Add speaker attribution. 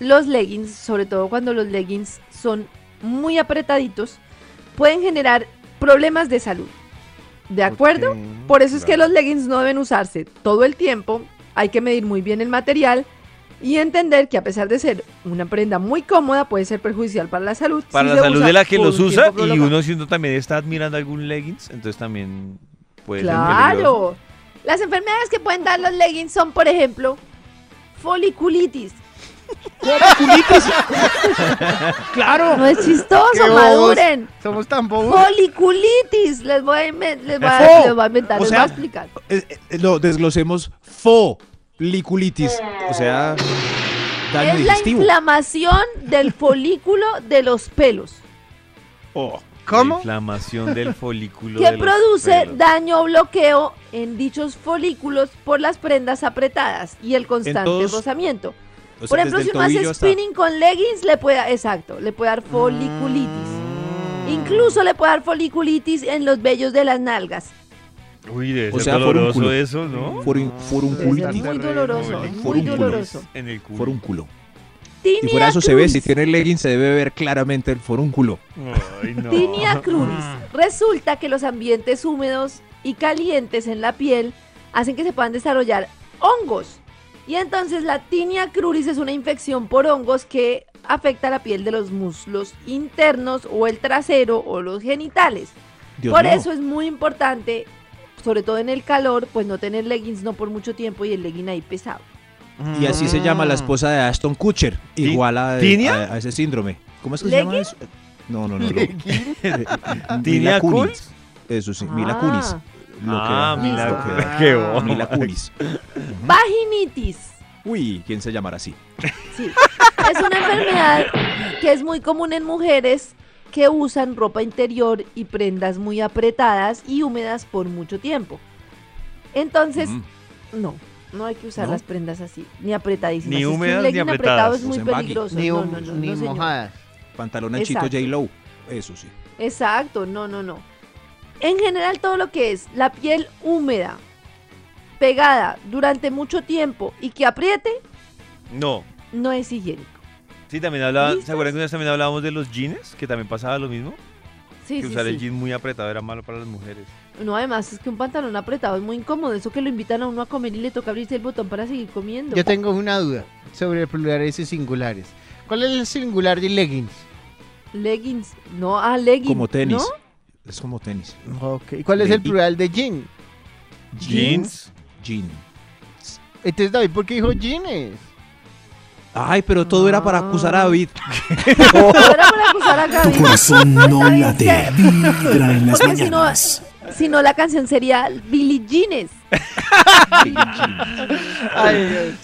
Speaker 1: los leggings, sobre todo cuando los leggings son muy apretaditos, pueden generar problemas de salud. ¿De acuerdo?
Speaker 2: Ok,
Speaker 1: Por eso es que
Speaker 2: claro.
Speaker 1: los leggings no deben usarse todo el tiempo, hay que medir muy bien el material y entender que a pesar de ser una prenda muy cómoda, puede ser perjudicial para la salud. si
Speaker 3: Para
Speaker 1: se
Speaker 3: la salud
Speaker 1: usa
Speaker 3: de la que
Speaker 1: por
Speaker 3: los
Speaker 1: un
Speaker 3: usa
Speaker 1: tiempo
Speaker 3: y
Speaker 1: prolongado.
Speaker 3: uno si uno también está admirando algún leggings, entonces también puede ser peligroso.
Speaker 1: Claro. Las enfermedades que pueden dar los leggings son, por ejemplo, foliculitis.
Speaker 2: ¡Claro!
Speaker 1: No es
Speaker 2: ¡Qué
Speaker 1: chistoso,
Speaker 2: bobos!
Speaker 1: maduren.
Speaker 2: Somos tan bobos.
Speaker 1: Foliculitis. Les voy a, inven- les voy a,
Speaker 2: Fo.
Speaker 1: les voy a inventar,
Speaker 2: O
Speaker 1: les
Speaker 2: sea,
Speaker 1: voy a explicar.
Speaker 2: Eh, eh, lo desglosemos foliculitis, o sea, daño
Speaker 1: Es la
Speaker 2: digestivo.
Speaker 1: inflamación del folículo de los pelos.
Speaker 2: Oh,
Speaker 3: La
Speaker 4: ¿Cómo?
Speaker 3: inflamación del folículo.
Speaker 1: que
Speaker 3: de los
Speaker 1: produce
Speaker 3: pelos.
Speaker 1: daño o bloqueo en dichos folículos por las prendas apretadas y el constante
Speaker 2: todos-
Speaker 1: rozamiento.
Speaker 2: o sea,
Speaker 1: por ejemplo, si
Speaker 2: desde el
Speaker 1: uno hace
Speaker 2: tobillo hasta-
Speaker 1: spinning con leggings, le puede, exacto, le puede dar foliculitis.
Speaker 2: Ah.
Speaker 1: Incluso le puede dar foliculitis en los vellos de las nalgas.
Speaker 3: Uy, debe
Speaker 2: O
Speaker 3: ser
Speaker 2: sea,
Speaker 3: doloroso
Speaker 2: forúnculo.
Speaker 3: eso, ¿no?
Speaker 2: Forun-
Speaker 1: Debe ser
Speaker 2: forunculitis.
Speaker 1: muy doloroso,
Speaker 3: Foliculitis.
Speaker 1: muy
Speaker 2: Forúnculo.
Speaker 1: doloroso.
Speaker 3: En el culo.
Speaker 2: Forúnculo. Si
Speaker 1: Tinea
Speaker 2: fuera eso se ve,
Speaker 1: crunis.
Speaker 2: si tiene leggings se debe ver claramente el forúnculo.
Speaker 3: Ay, no. Ah,
Speaker 1: Tinea crunis.
Speaker 2: Ah.
Speaker 1: Resulta que los ambientes húmedos y calientes en la piel hacen que se puedan desarrollar hongos. Y entonces la tinea crunis es una infección por hongos que afecta la piel de los muslos internos o el trasero o los genitales.
Speaker 2: Dios
Speaker 1: por
Speaker 2: mío.
Speaker 1: eso es muy importante, sobre todo en el calor, pues no tener leggings no por mucho tiempo y el legging ahí pesado.
Speaker 2: Y así se llama la esposa de Ashton Kutcher,
Speaker 3: Ti-
Speaker 2: igual a,
Speaker 3: ¿Tinia?
Speaker 2: a- a ese síndrome. ¿Cómo es que
Speaker 1: ¿Legging?
Speaker 2: se llama eso? No, no, no. no. Eh,
Speaker 3: ¿Tinia
Speaker 2: Mila
Speaker 3: Kunis?
Speaker 2: Kunis. Eso sí, Mila
Speaker 1: Ah.
Speaker 2: Kunis. Lo que
Speaker 3: Ah,
Speaker 2: era,
Speaker 3: Mila
Speaker 2: lo que
Speaker 3: Kunis.
Speaker 2: era.
Speaker 3: Qué bobo.
Speaker 2: Mila Kunis.
Speaker 1: Vaginitis.
Speaker 2: Uy, ¿quién se llamará así?
Speaker 1: Sí. Es una enfermedad que es muy común en mujeres que usan ropa interior y prendas muy apretadas y húmedas por mucho tiempo. Entonces,
Speaker 2: Mm.
Speaker 1: no, no hay que usar
Speaker 2: ¿No?
Speaker 1: las prendas así, ni apretadísimas.
Speaker 3: Ni
Speaker 1: Es que un
Speaker 3: húmedas ni
Speaker 1: legging apretado
Speaker 3: apretadas.
Speaker 1: es
Speaker 2: O
Speaker 1: muy
Speaker 2: sea, en baggy.
Speaker 1: peligroso.
Speaker 4: Ni,
Speaker 1: no,
Speaker 4: hum-
Speaker 1: no, no,
Speaker 4: ni
Speaker 1: no, señor.
Speaker 4: mojadas.
Speaker 2: Pantalón anchito
Speaker 1: Exacto.
Speaker 2: J-Lo. Eso sí.
Speaker 1: Exacto, no, no, no. En general todo lo que es la piel húmeda, pegada durante mucho tiempo y que apriete,
Speaker 3: No.
Speaker 1: no es higiénico.
Speaker 3: Sí, también hablaban,
Speaker 1: ¿Listos?
Speaker 3: ¿se acuerdan que una vez también hablábamos de los jeans? Que también pasaba lo mismo.
Speaker 1: Sí,
Speaker 3: que
Speaker 1: sí,
Speaker 3: usar el
Speaker 1: sí.
Speaker 3: jean muy apretado era malo para las mujeres.
Speaker 1: No, además es que un pantalón apretado es muy incómodo. Eso que lo invitan a uno a comer y le toca abrirse el botón para seguir comiendo.
Speaker 4: Yo tengo una duda sobre plurales y singulares. ¿Cuál es el singular de leggings?
Speaker 1: Leggings. No, ah, leggings.
Speaker 2: Como tenis.
Speaker 1: ¿no?
Speaker 2: Es como tenis.
Speaker 4: Okay. ¿Cuál es el
Speaker 2: Leggy.
Speaker 4: plural de jean?
Speaker 3: Jeans.
Speaker 2: Jean.
Speaker 4: Entonces, David, ¿por qué dijo jeans?
Speaker 2: Ay, pero todo era para acusar a David.
Speaker 1: Pero Era para acusar a
Speaker 5: Tu
Speaker 1: Gaby.
Speaker 5: corazón no late, vibra en las
Speaker 1: Porque si no-
Speaker 5: mañanas.
Speaker 1: Si no, la canción sería Billie Jeans.
Speaker 4: Ay, Dios.